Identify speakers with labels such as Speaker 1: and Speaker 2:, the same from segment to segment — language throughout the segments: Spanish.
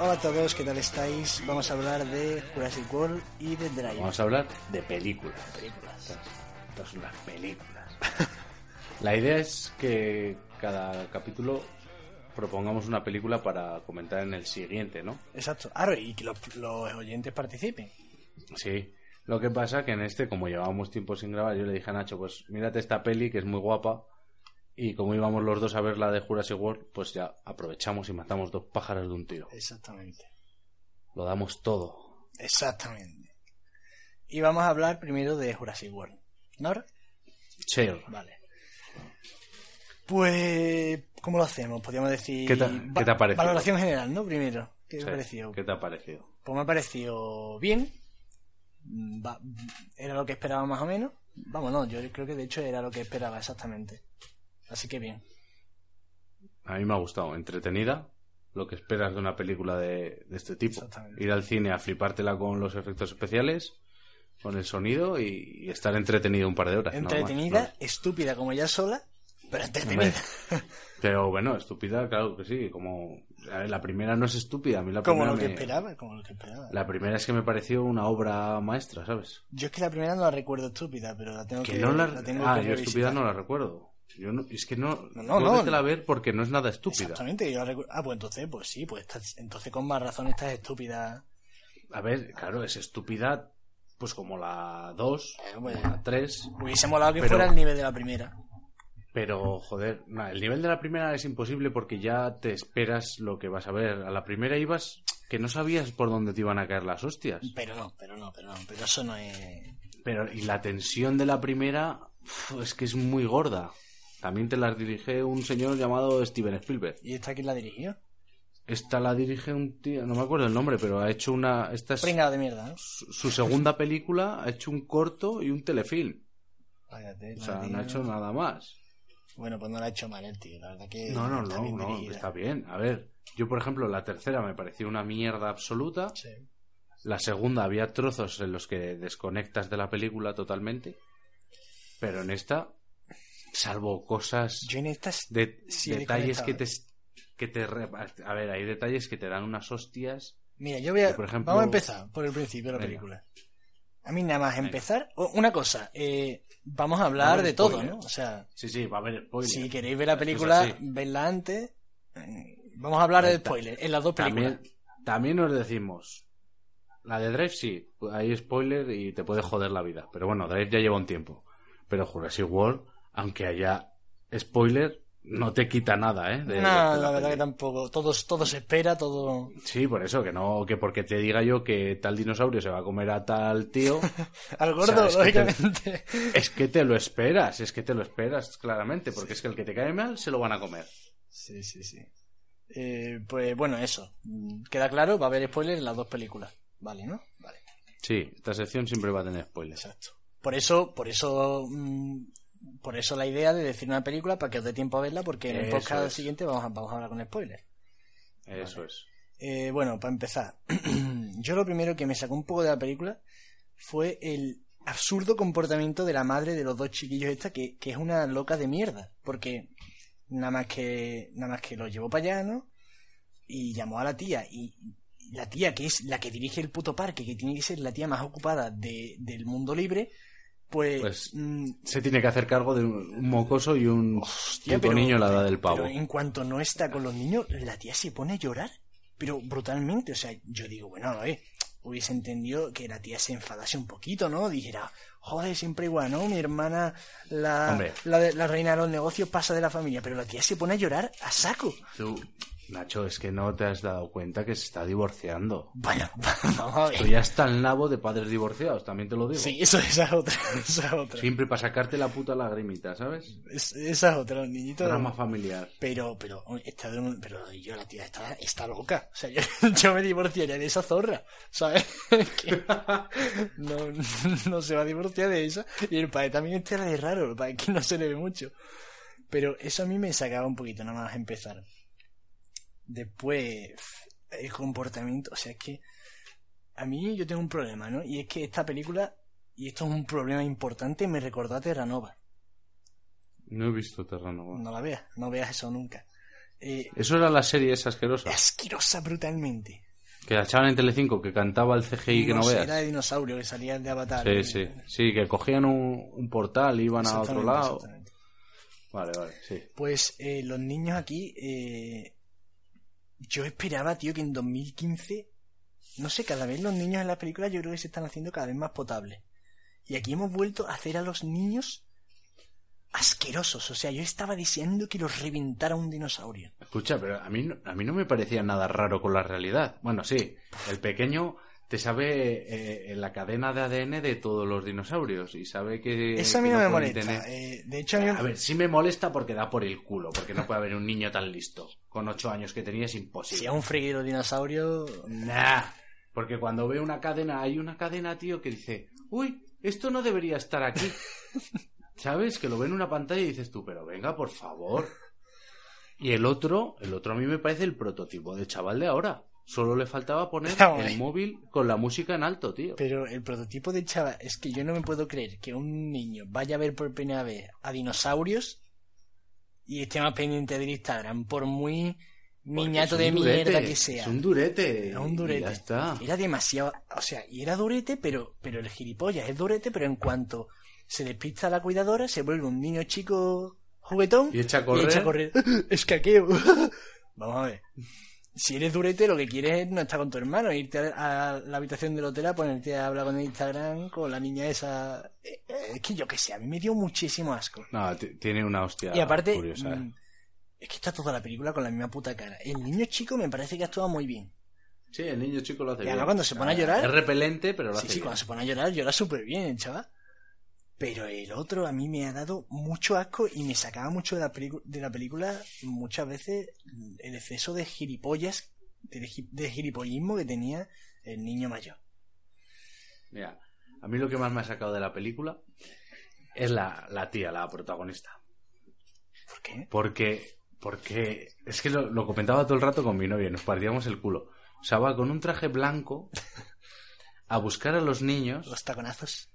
Speaker 1: Hola a todos, ¿qué tal estáis? Vamos a hablar de Jurassic World y de Drive.
Speaker 2: Vamos a hablar de películas.
Speaker 1: Películas.
Speaker 2: Estas, estas son las películas. La idea es que cada capítulo propongamos una película para comentar en el siguiente, ¿no?
Speaker 1: Exacto. Claro, y que los, los oyentes participen.
Speaker 2: Sí. Lo que pasa que en este, como llevábamos tiempo sin grabar, yo le dije a Nacho, pues mírate esta peli que es muy guapa. Y como íbamos los dos a ver la de Jurassic World, pues ya aprovechamos y matamos dos pájaros de un tiro.
Speaker 1: Exactamente.
Speaker 2: Lo damos todo.
Speaker 1: Exactamente. Y vamos a hablar primero de Jurassic World. ¿Nor?
Speaker 2: Cher.
Speaker 1: Vale. Pues, ¿cómo lo hacemos? Podríamos decir...
Speaker 2: ¿Qué te-
Speaker 1: va-
Speaker 2: qué te ha parecido?
Speaker 1: Valoración general, ¿no? Primero. ¿Qué
Speaker 2: Sí,
Speaker 1: te ha parecido?
Speaker 2: ¿Qué te ha parecido?
Speaker 1: Pues me ha parecido bien. Mm, va- era lo que esperaba más o menos. Vamos, no, yo creo que de hecho era lo que esperaba exactamente. Así que bien.
Speaker 2: A mí me ha gustado, entretenida, lo que esperas de una película de, de este tipo.
Speaker 1: Exactamente.
Speaker 2: Ir al cine a flipártela con los efectos especiales, con el sonido y, y estar entretenido un par de horas. no más,
Speaker 1: Entretenida,
Speaker 2: ¿no?
Speaker 1: estúpida como ya sola, pero
Speaker 2: Hombre,
Speaker 1: entretenida.
Speaker 2: Pero bueno, estúpida, claro que sí. Como a ver, la primera no es estúpida, a mí la
Speaker 1: Como
Speaker 2: primera
Speaker 1: lo que
Speaker 2: me-
Speaker 1: esperaba, como lo que esperaba.
Speaker 2: La primera es que me pareció una obra maestra, ¿sabes?
Speaker 1: Yo es que la primera no la recuerdo estúpida, pero la tengo que,
Speaker 2: Que no la,
Speaker 1: tengo
Speaker 2: ah,
Speaker 1: que
Speaker 2: yo estúpida
Speaker 1: revisitar.
Speaker 2: no la recuerdo. Yo no- es que no,
Speaker 1: No, no, no.
Speaker 2: vuélvetela a ver porque no es nada estúpida.
Speaker 1: Exactamente, yo la recu- Ah, pues entonces, pues sí, pues estás- entonces con más razón estás estúpida.
Speaker 2: A ver, claro, es estúpida, pues como la 2,
Speaker 1: Eh, bueno.
Speaker 2: la 3,
Speaker 1: Hubiese molado que
Speaker 2: Pero-
Speaker 1: fuera el nivel de la primera.
Speaker 2: pero joder, na, el nivel de la primera es imposible porque ya te esperas lo que vas a ver. A la primera ibas que no sabías por dónde te iban a caer las hostias.
Speaker 1: Pero no, pero no, pero no, pero eso no es...
Speaker 2: Pero y la tensión de la primera uf, es que es muy gorda. También te las dirige un señor llamado Steven Spielberg.
Speaker 1: ¿Y esta quién la dirigió?
Speaker 2: Esta la dirige un tío, no me acuerdo el nombre, pero ha hecho una esta es
Speaker 1: Pringado de mierda, ¿no?
Speaker 2: su, su segunda película, ha hecho un corto y un telefilm.
Speaker 1: Vaya
Speaker 2: O
Speaker 1: tela,
Speaker 2: sea,
Speaker 1: tío.
Speaker 2: no ha hecho nada más.
Speaker 1: Bueno, pues no la ha hecho mal el tío, la verdad que...
Speaker 2: No, no,
Speaker 1: está
Speaker 2: no,
Speaker 1: bien
Speaker 2: no,
Speaker 1: dirigida.
Speaker 2: está bien. A ver, yo por ejemplo la tercera me pareció una mierda absoluta.
Speaker 1: Sí.
Speaker 2: La segunda había trozos en los que desconectas de la película totalmente. Pero en esta, salvo cosas,
Speaker 1: Yo en estas...
Speaker 2: de,
Speaker 1: sí he
Speaker 2: detalles
Speaker 1: desconectado,
Speaker 2: que te, que te... re- A ver, hay detalles que te dan unas hostias.
Speaker 1: Mira, yo voy a...
Speaker 2: Yo, por ejemplo-
Speaker 1: Vamos a empezar por el principio de la
Speaker 2: Venga.
Speaker 1: película. A mí nada más
Speaker 2: Venga.
Speaker 1: empezar... o- Una cosa, eh, vamos a hablar
Speaker 2: No me
Speaker 1: de todo,
Speaker 2: spoiler.
Speaker 1: ¿no? O sea,
Speaker 2: Sí, sí, va a haber spoilers.
Speaker 1: si queréis ver la película,
Speaker 2: cosas así.
Speaker 1: vedla antes. Mm, Vamos a hablar de
Speaker 2: Ahí está.
Speaker 1: spoilers en las dos películas.
Speaker 2: también, también os decimos... La de Drive sí, hay spoiler y te puede joder la vida. Pero bueno, Drive ya lleva un tiempo. Pero Jurassic World, aunque haya spoiler, no te quita nada, ¿eh? de- de
Speaker 1: no, la verdad
Speaker 2: peli.
Speaker 1: que tampoco. Todos, todo se espera, todo.
Speaker 2: Sí, por eso, que no, que porque te diga yo que tal dinosaurio se va a comer a tal tío,
Speaker 1: Al
Speaker 2: O sea,
Speaker 1: gordo,
Speaker 2: es que te-
Speaker 1: lógicamente.
Speaker 2: es que te lo esperas, es que te lo esperas claramente, porque es que el que te cae mal se lo van a comer.
Speaker 1: Sí, sí, sí. Eh, pues bueno, eso. Mm, Queda claro, va a haber spoilers en las dos películas. Vale, ¿no? Vale,
Speaker 2: Sí, esta sección siempre va a tener spoilers.
Speaker 1: exacto. Por eso, por eso. mm, por eso la idea de decir una película para que os dé tiempo a verla, porque en el
Speaker 2: Eso
Speaker 1: podcast
Speaker 2: es.
Speaker 1: siguiente vamos a, vamos a hablar con spoilers.
Speaker 2: Eso
Speaker 1: Vale.
Speaker 2: es.
Speaker 1: Eh, bueno, para empezar, yo lo primero que me sacó un poco de la película fue el absurdo comportamiento de la madre de los dos chiquillos esta, que, que es una loca de mierda, porque nada más que nada más que lo llevó para allá, ¿no? Y llamó a la tía, y y la tía que es la que dirige el puto parque, que tiene que ser la tía más ocupada de- del mundo libre, pues...
Speaker 2: Pues,
Speaker 1: mm,
Speaker 2: Se tiene que hacer cargo de un un mocoso y un
Speaker 1: Hostia,
Speaker 2: puto
Speaker 1: pero-
Speaker 2: niño a la edad del
Speaker 1: Pero
Speaker 2: pavo.
Speaker 1: en cuanto no está con los niños, la tía se pone a llorar, pero brutalmente. O sea, yo digo, bueno, a ver, hubiese entendido que la tía se enfadase un poquito, ¿no? Dijera, joder, siempre igual, ¿no? Mi hermana, la,
Speaker 2: Hombre.
Speaker 1: la, de- la reina de los negocios, pasa de la familia, pero la tía se pone a llorar a saco.
Speaker 2: Tú, Nacho, es que no te has dado cuenta que se está divorciando.
Speaker 1: Bueno, vamos a
Speaker 2: Tú
Speaker 1: ver.
Speaker 2: ya está el nabo de padres divorciados, también te lo digo.
Speaker 1: Sí, eso, esa es otra. Esa es otra.
Speaker 2: Siempre para sacarte la puta lagrimita, ¿sabes?
Speaker 1: Es- esa es otra, los niñitos.
Speaker 2: Drama familiar.
Speaker 1: Pero, pero, está de un- pero yo la tía está, está loca. O sea, yo, yo me divorciaría de esa zorra, ¿sabes? Que no, no se va a divorciar de esa. Y el padre también está de raro, el padre que no se le ve mucho. Pero eso a mí me sacaba un poquito, nada más empezar. Después, el comportamiento, o sea, es que a mí yo tengo un problema, ¿no? Y es que esta película y esto es un problema importante, me recordó a Terranova.
Speaker 2: No he visto Terranova.
Speaker 1: No la veas, no veas eso nunca. Eh,
Speaker 2: Eso era la serie esa asquerosa.
Speaker 1: asquerosa brutalmente.
Speaker 2: Que la echaban en Telecinco, que cantaba el CGI que no
Speaker 1: Dinos-
Speaker 2: veas.
Speaker 1: Era de dinosaurio que salía de Avatar. eh,
Speaker 2: Sí, sí. Sí, que cogían un, un portal y iban a otro
Speaker 1: Exactamente,
Speaker 2: lado.
Speaker 1: exactamente.
Speaker 2: Vale, vale, sí.
Speaker 1: Pues eh, los niños aquí. eh, yo esperaba, tío, que en 2015. No sé, cada vez los niños en las películas yo creo que se están haciendo cada vez más potables. Y aquí hemos vuelto a hacer a los niños asquerosos. O sea, yo estaba deseando que los reventara un dinosaurio.
Speaker 2: Escucha, pero a mí, no- a mí no me parecía nada raro con la realidad. Bueno, sí, el pequeño te sabe eh, eh, la cadena de ADN de todos los dinosaurios y sabe que...
Speaker 1: Eso a mí
Speaker 2: que
Speaker 1: no me
Speaker 2: pueden
Speaker 1: molesta.
Speaker 2: tener-
Speaker 1: eh, de hecho, a mí
Speaker 2: A ver, sí me molesta porque da por el culo, porque no puede haber un niño tan listo. Con ocho años que tenía es imposible.
Speaker 1: si es un freguero dinosaurio,
Speaker 2: Nah, porque cuando ve una cadena, hay una cadena, tío, que dice, uy, esto no debería estar aquí. ¿Sabes? Que lo ve en una pantalla y dices tú, pero venga, por favor. Y el otro, el otro a mí me parece el prototipo de chaval de ahora. Solo le faltaba poner
Speaker 1: Vamos.
Speaker 2: el móvil con la música en alto, tío.
Speaker 1: Pero el prototipo de Chava, es que yo no me puedo creer que un niño vaya a ver por primera vez a dinosaurios y esté más pendiente del Instagram, por muy niñato
Speaker 2: Porque
Speaker 1: de
Speaker 2: es un durete,
Speaker 1: mierda que sea.
Speaker 2: Es un durete.
Speaker 1: Era un
Speaker 2: y
Speaker 1: durete.
Speaker 2: ya está.
Speaker 1: Era demasiado, o sea, y era durete, pero, pero el gilipollas es durete, pero en cuanto se despista la cuidadora, se vuelve un niño chico juguetón
Speaker 2: Y echa a correr.
Speaker 1: y echa a correr. Escaqueo. Vamos a ver. Si eres durete, lo que quieres es no estar con tu hermano, irte a a la habitación del hotel a ponerte a hablar con el Instagram, con la niña esa. Eh, eh, Es que yo qué sé, a mí me dio muchísimo asco.
Speaker 2: No, t- tiene una hostia
Speaker 1: Y aparte,
Speaker 2: curiosa. ¿eh?
Speaker 1: mm, es que está toda la película con la misma puta cara. El niño chico me parece que actúa muy bien.
Speaker 2: Sí, el niño chico lo hace
Speaker 1: y
Speaker 2: bien.
Speaker 1: además cuando se pone a
Speaker 2: Ah,
Speaker 1: llorar-
Speaker 2: Es repelente, pero lo
Speaker 1: Sí,
Speaker 2: hace
Speaker 1: sí,
Speaker 2: bien.
Speaker 1: cuando se pone a llorar, llora súper bien, chaval. Pero el otro a mí me ha dado mucho asco y me sacaba mucho de la, pelicu- de la película muchas veces el exceso de gilipollas, de, gi- de gilipollismo que tenía el niño mayor.
Speaker 2: Mira, a mí lo que más me ha sacado de la película es la, la tía, la protagonista.
Speaker 1: ¿Por qué?
Speaker 2: Porque, porque es que lo, lo comentaba todo el rato con mi novia, nos partíamos el culo. O sea, va con un traje blanco a buscar a los niños
Speaker 1: Los taconazos.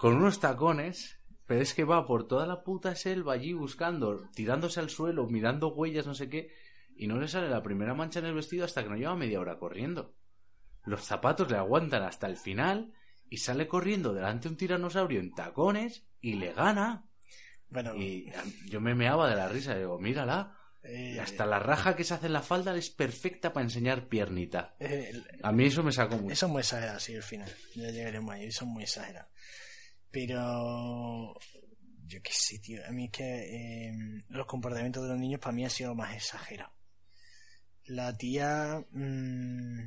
Speaker 2: con unos tacones, pero es que va por toda la puta selva allí buscando, tirándose al suelo, mirando huellas, no sé qué, y no le sale la primera mancha en el vestido hasta que no lleva media hora corriendo. Los zapatos le aguantan hasta el final y sale corriendo delante de un tiranosaurio en tacones y le gana.
Speaker 1: Bueno,
Speaker 2: Y yo me meaba de la risa, digo, mírala.
Speaker 1: eh,
Speaker 2: Y hasta la raja que se hace en la falda es perfecta para enseñar piernita.
Speaker 1: eh, el-
Speaker 2: A mí eso me sacó mucho.
Speaker 1: Eso es muy exagerado, sí, al final. Ya llegaremos ahí, eso es muy exagerado. Pero. Yo qué sé, tío. A mí es que eh, los comportamientos de los niños para mí han sido lo más exagerado. La tía. mm,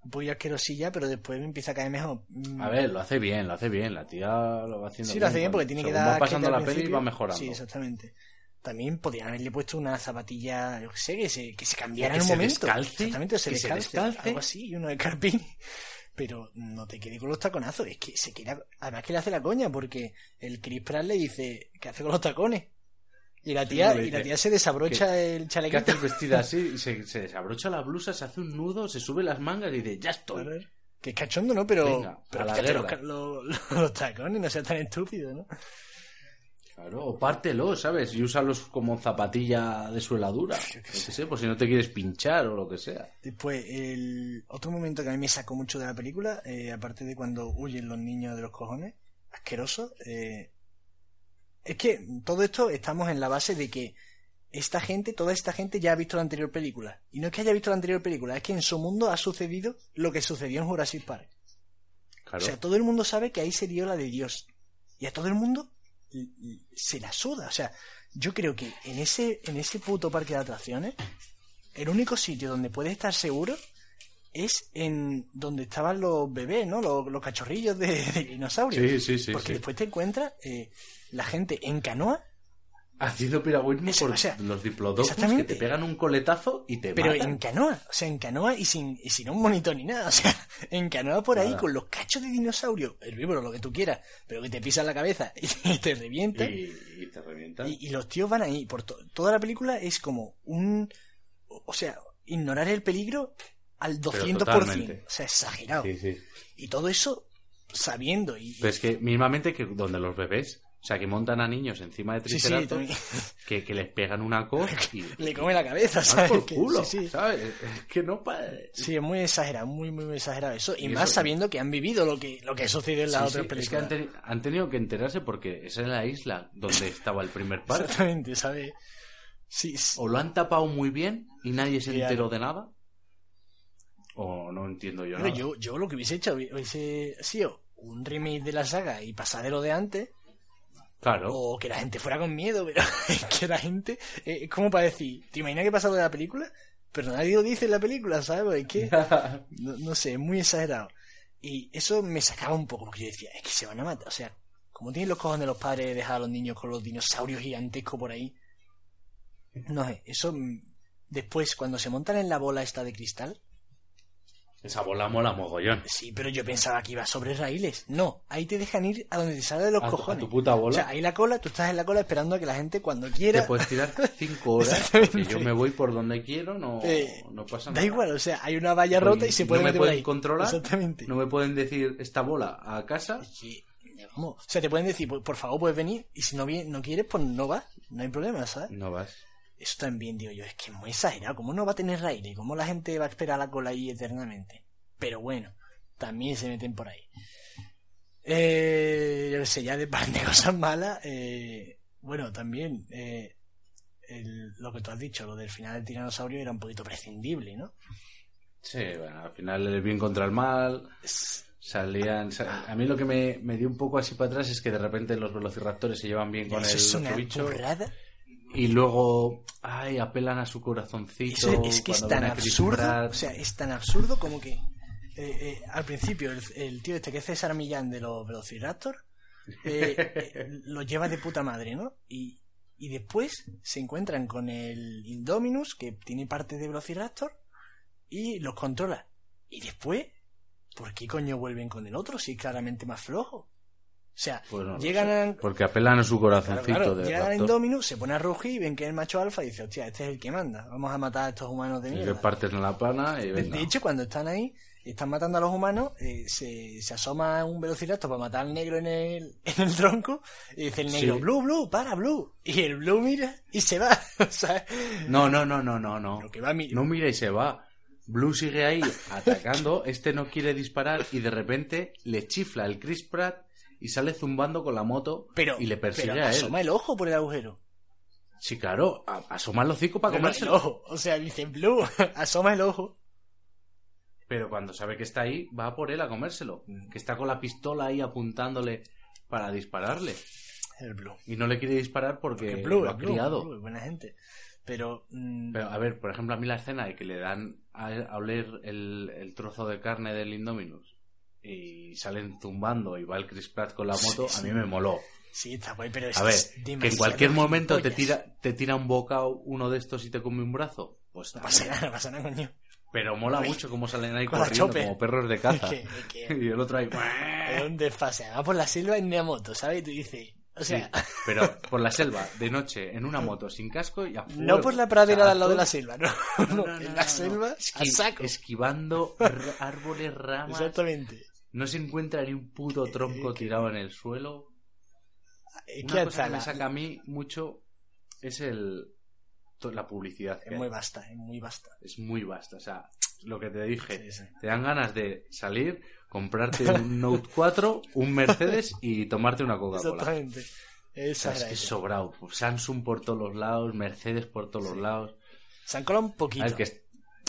Speaker 1: un poquillo asquerosilla, pero después me empieza a caer mejor. Mm,
Speaker 2: A ver, lo hace bien, lo hace bien. La tía lo va haciendo
Speaker 1: sí, lo hace bien porque tiene que dar.
Speaker 2: Va pasando
Speaker 1: asquete al
Speaker 2: la peli y va
Speaker 1: principio.
Speaker 2: mejorando.
Speaker 1: Sí, exactamente. También podrían haberle puesto una zapatilla, yo qué sé, que se, que se
Speaker 2: O
Speaker 1: cambiara
Speaker 2: que
Speaker 1: en un
Speaker 2: se
Speaker 1: momento.
Speaker 2: descalce,
Speaker 1: Exactamente, o se
Speaker 2: que se
Speaker 1: descalce,
Speaker 2: descalce.
Speaker 1: Algo así, y uno de Carpini. Pero no te quede con los taconazos. Es que se queda. Además que le hace la coña, porque el Chris Pratt le dice, ¿qué hace con los tacones? Y la
Speaker 2: Sí,
Speaker 1: tía,
Speaker 2: le
Speaker 1: y la
Speaker 2: dice,
Speaker 1: tía se desabrocha el
Speaker 2: Que
Speaker 1: chalequito.
Speaker 2: hace vestida así, y se, se desabrocha la blusa, se hace un nudo, se sube las mangas y dice, ya estoy.
Speaker 1: Joder, Que es cachondo, ¿no? Pero,
Speaker 2: Venga,
Speaker 1: pero
Speaker 2: a la
Speaker 1: quítate los,
Speaker 2: guerra.
Speaker 1: ca- los- los tacones, no sea tan estúpido, ¿no?
Speaker 2: Claro, o pártelo, ¿sabes? Y úsalos como zapatilla de sueladura. Yo qué sé, por si no te quieres pinchar o lo que sea.
Speaker 1: Después, el otro momento que a mí me sacó mucho de la película, eh, aparte de cuando huyen los niños de los cojones, asqueroso, eh, es que todo esto estamos en la base de que esta gente, toda esta gente ya ha visto la anterior película. Y no es que haya visto la anterior película, es que en su mundo ha sucedido lo que sucedió en Jurassic Park.
Speaker 2: Claro.
Speaker 1: O sea, todo el mundo sabe que ahí se dio la de Dios. Y a todo el mundo l- l- se la suda. O sea, yo creo que en ese, en ese puto parque de atracciones, el único sitio donde puedes estar seguro es en donde estaban los bebés, ¿no? Los, los cachorrillos de, de dinosaurios.
Speaker 2: sí, sí, sí.
Speaker 1: Porque
Speaker 2: sí.
Speaker 1: después te encuentras eh, la gente en canoa,
Speaker 2: Haciendo piragüismo
Speaker 1: Eso,
Speaker 2: por
Speaker 1: o sea,
Speaker 2: los diplodocus que
Speaker 1: exactamente.
Speaker 2: te pegan un coletazo y te
Speaker 1: pero
Speaker 2: matan.
Speaker 1: en canoa. O sea, en canoa y sin, y sin un monitor ni nada. O sea, en canoa por ahí
Speaker 2: Nada.
Speaker 1: con los cachos de dinosaurio, herbívoro, lo que tú quieras, pero que te pisan la cabeza y te revientan.
Speaker 2: Y, y te revientan.
Speaker 1: Y, y los tíos van ahí. Por to- toda la película es como un. O o sea, ignorar el peligro al 200%.
Speaker 2: totalmente.
Speaker 1: O sea, exagerado.
Speaker 2: Sí, sí.
Speaker 1: Y todo eso sabiendo y...
Speaker 2: Pero es que mismamente que donde los bebés, o sea, que montan a niños encima de
Speaker 1: Sí, sí,
Speaker 2: triceratops,
Speaker 1: también.
Speaker 2: que, que les pegan una cosa y...
Speaker 1: le come la cabeza,
Speaker 2: Van
Speaker 1: ¿sabes?
Speaker 2: por
Speaker 1: Que-
Speaker 2: culo,
Speaker 1: sí, sí.
Speaker 2: ¿sabes? Es que no parece.
Speaker 1: Sí, es muy exagerado, muy, muy, muy exagerado eso. Y,
Speaker 2: Y
Speaker 1: más
Speaker 2: eso-
Speaker 1: sabiendo que han vivido lo que, lo que ha sucedido en las
Speaker 2: Sí,
Speaker 1: otras
Speaker 2: sí, es que
Speaker 1: películas.
Speaker 2: han, teni- han tenido que enterarse porque esa es la isla donde estaba el primer parque.
Speaker 1: Exactamente, ¿sabes? Sí, sí.
Speaker 2: O lo han tapado muy bien y nadie se
Speaker 1: Claro.
Speaker 2: enteró de nada. O no entiendo yo
Speaker 1: Pero
Speaker 2: nada.
Speaker 1: yo, yo lo que hubiese hecho hubiese sido un remake de la saga y pasar de lo de antes,
Speaker 2: Claro.
Speaker 1: o que la gente fuera con miedo, pero es que la gente eh, es como para decir, ¿te imaginas que pasa de la película? Pero nadie lo dice en la película, ¿sabes? Porque Es que... No, no sé, es muy exagerado. Y eso me sacaba un poco, porque yo decía, es que se van a matar. O sea, como tienen los cojones los padres de dejar a los niños con los dinosaurios gigantescos por ahí. No sé, eso. mm, Después, cuando se montan en la bola esta de cristal.
Speaker 2: Esa bola mola mogollón.
Speaker 1: Sí, pero yo pensaba que iba sobre raíles. No, ahí te dejan ir a donde te sale de los
Speaker 2: A tu- a
Speaker 1: cojones.
Speaker 2: tu puta bola.
Speaker 1: O sea, ahí la cola, tú estás en la cola esperando a que la gente cuando quiera.
Speaker 2: Te puedes tirar cinco horas
Speaker 1: Exactamente.
Speaker 2: que yo me voy por donde quiero, no,
Speaker 1: Eh,
Speaker 2: no pasa nada.
Speaker 1: Da igual, o sea, hay una valla
Speaker 2: Pues
Speaker 1: rota y se puede
Speaker 2: no me
Speaker 1: meter
Speaker 2: pueden
Speaker 1: ahí.
Speaker 2: controlar.
Speaker 1: Exactamente.
Speaker 2: No me pueden decir esta bola a casa.
Speaker 1: Sí, vamos. O sea, te pueden decir, "Pues, por, por favor, puedes venir. Y si no, vi- no quieres, pues no vas. No hay problema, ¿sabes?
Speaker 2: No vas.
Speaker 1: Eso también, digo yo, es que es muy exagerado. ¿Cómo no va a tener aire? ¿Cómo la gente va a esperar la cola ahí eternamente? Pero bueno, también se meten por ahí. Eh, yo qué sé, ya de, de cosas malas. eh, bueno, también eh, el- lo que tú has dicho, lo del final del tiranosaurio era un poquito prescindible, ¿no?
Speaker 2: Sí, bueno, al final el bien contra el mal.
Speaker 1: Es-
Speaker 2: Salían. sa- A mí lo que me, me dio un poco así para atrás es que de repente los velociraptores se llevan bien con el
Speaker 1: eso es una
Speaker 2: otro bicho.
Speaker 1: burrada.
Speaker 2: Y luego, ay, apelan a su corazoncito.
Speaker 1: Eso es que es
Speaker 2: cuando
Speaker 1: tan
Speaker 2: ven a Chris
Speaker 1: absurdo,
Speaker 2: Pratt.
Speaker 1: o sea, es tan absurdo como que eh, eh, al principio el, el tío este que es César Millán de los Velociraptor eh, eh, lo lleva de puta madre, ¿no? Y, y después se encuentran con el Indominus que tiene parte de Velociraptor y los controla. Y después, ¿por qué coño vuelven con el otro si es claramente más flojo? O sea,
Speaker 2: Pues no lo
Speaker 1: llegan
Speaker 2: sé,
Speaker 1: a...
Speaker 2: Porque apelan a su corazoncito
Speaker 1: Claro, claro,
Speaker 2: de
Speaker 1: llegan al
Speaker 2: raptor.
Speaker 1: Indominus, se pone a rugir y ven que es el macho alfa y dice, hostia, este es el que manda, vamos a matar a estos humanos de
Speaker 2: Y le
Speaker 1: mierda.
Speaker 2: partes en la pana y
Speaker 1: De,
Speaker 2: venga.
Speaker 1: de hecho, cuando están ahí y están matando a los humanos, eh, se, se asoma un velociraptor para matar al negro en el, en el tronco y dice el negro,
Speaker 2: Sí.
Speaker 1: Blue, Blue, para, Blue. Y el Blue mira y se va. o sea,
Speaker 2: No, no, no, no, no, no.
Speaker 1: lo que va a mi-
Speaker 2: No mira y se va. Blue sigue ahí atacando, este no quiere disparar y de repente le chifla el Chris Pratt y sale zumbando con la moto
Speaker 1: pero,
Speaker 2: y le persigue
Speaker 1: pero
Speaker 2: a él.
Speaker 1: asoma el ojo por el agujero.
Speaker 2: Sí, claro, a- asoma los hocico para
Speaker 1: Asoma el
Speaker 2: comérselo.
Speaker 1: ojo. O sea, dice Blue, asoma el ojo.
Speaker 2: Pero cuando sabe que está ahí, va a por él a comérselo. Que está con la pistola ahí apuntándole para dispararle.
Speaker 1: El Blue.
Speaker 2: Y no le quiere disparar porque,
Speaker 1: el Blue,
Speaker 2: lo
Speaker 1: el
Speaker 2: ha
Speaker 1: Blue,
Speaker 2: criado.
Speaker 1: el Blue, buena gente. Pero, mm,
Speaker 2: Pero, a ver, por ejemplo, a mí la escena de que le dan a, a oler el, el trozo de carne del Indominus y salen zumbando y va el Chris Pratt con la moto,
Speaker 1: Sí,
Speaker 2: a
Speaker 1: sí.
Speaker 2: mí me moló.
Speaker 1: sí, está guay, pero es
Speaker 2: A ver,
Speaker 1: es
Speaker 2: que en
Speaker 1: demasiado
Speaker 2: cualquier momento te
Speaker 1: gilipollas.
Speaker 2: tira, te tira un bocado uno de estos y te come un brazo. Pues
Speaker 1: No
Speaker 2: también.
Speaker 1: pasa nada, no pasa nada, coño.
Speaker 2: Pero mola
Speaker 1: Uy.
Speaker 2: mucho cómo salen ahí
Speaker 1: Con la
Speaker 2: corriendo
Speaker 1: chope.
Speaker 2: como perros de caza.
Speaker 1: Es que- es que-
Speaker 2: y el otro ahí...
Speaker 1: Es un desfase. Además, por la selva en una moto, ¿sabes? Y tú dices, o
Speaker 2: Sí,
Speaker 1: sea,
Speaker 2: pero por la selva, de noche, en una moto, sin casco y a
Speaker 1: no
Speaker 2: fuego.
Speaker 1: por la pradera
Speaker 2: O sea,
Speaker 1: de al lado de la
Speaker 2: todo-
Speaker 1: selva, no.
Speaker 2: No, no, no,
Speaker 1: en
Speaker 2: no,
Speaker 1: la
Speaker 2: no.
Speaker 1: selva, a
Speaker 2: Esqui-
Speaker 1: saco.
Speaker 2: Esquivando r- árboles, ramas,
Speaker 1: Exactamente.
Speaker 2: No se encuentra ni un puto
Speaker 1: Eh,
Speaker 2: tronco tirado en el suelo.
Speaker 1: Es que
Speaker 2: Una
Speaker 1: hasta
Speaker 2: cosa que me
Speaker 1: la...
Speaker 2: saca a mí mucho es el to- la publicidad. que
Speaker 1: Es muy
Speaker 2: hay.
Speaker 1: vasta, es muy vasta.
Speaker 2: es muy vasta. O sea, lo que te dije,
Speaker 1: Sí, sí.
Speaker 2: te dan ganas de salir, comprarte un Note 4, un Mercedes y tomarte una Coca-Cola.
Speaker 1: Exactamente.
Speaker 2: O sea,
Speaker 1: Esa
Speaker 2: es
Speaker 1: era
Speaker 2: que es
Speaker 1: ella.
Speaker 2: sobrado. Pues Samsung por todos los lados, Mercedes por todos los lados.
Speaker 1: Se han colado un
Speaker 2: A
Speaker 1: poquito.
Speaker 2: ver, que, es-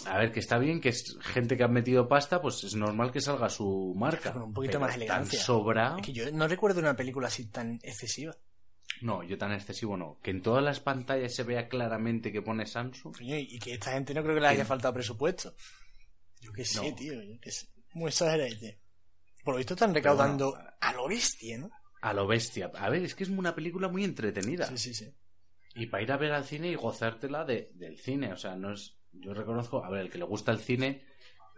Speaker 2: a ver, que está bien, que es gente que ha metido pasta, pues es normal que salga su marca.
Speaker 1: Con un poquito
Speaker 2: pero
Speaker 1: más
Speaker 2: tan
Speaker 1: elegancia.
Speaker 2: sobrado.
Speaker 1: Es que yo no recuerdo una película así tan excesiva.
Speaker 2: No, yo tan excesivo no. Que en todas las pantallas se vea claramente que pone Samsung.
Speaker 1: Coño, Y y que esta gente no creo que le haya
Speaker 2: Sí.
Speaker 1: faltado presupuesto. Yo qué sé,
Speaker 2: No.
Speaker 1: tío. Yo qué sé. Muy exagerado. Por lo visto están recaudando
Speaker 2: bueno,
Speaker 1: a lo bestia, ¿no?
Speaker 2: A lo bestia. A ver, es que es una película muy entretenida.
Speaker 1: Sí, sí, sí.
Speaker 2: Y para ir a ver al cine y gozártela de- del cine. O sea, no es. Yo reconozco. A ver, el que le gusta el cine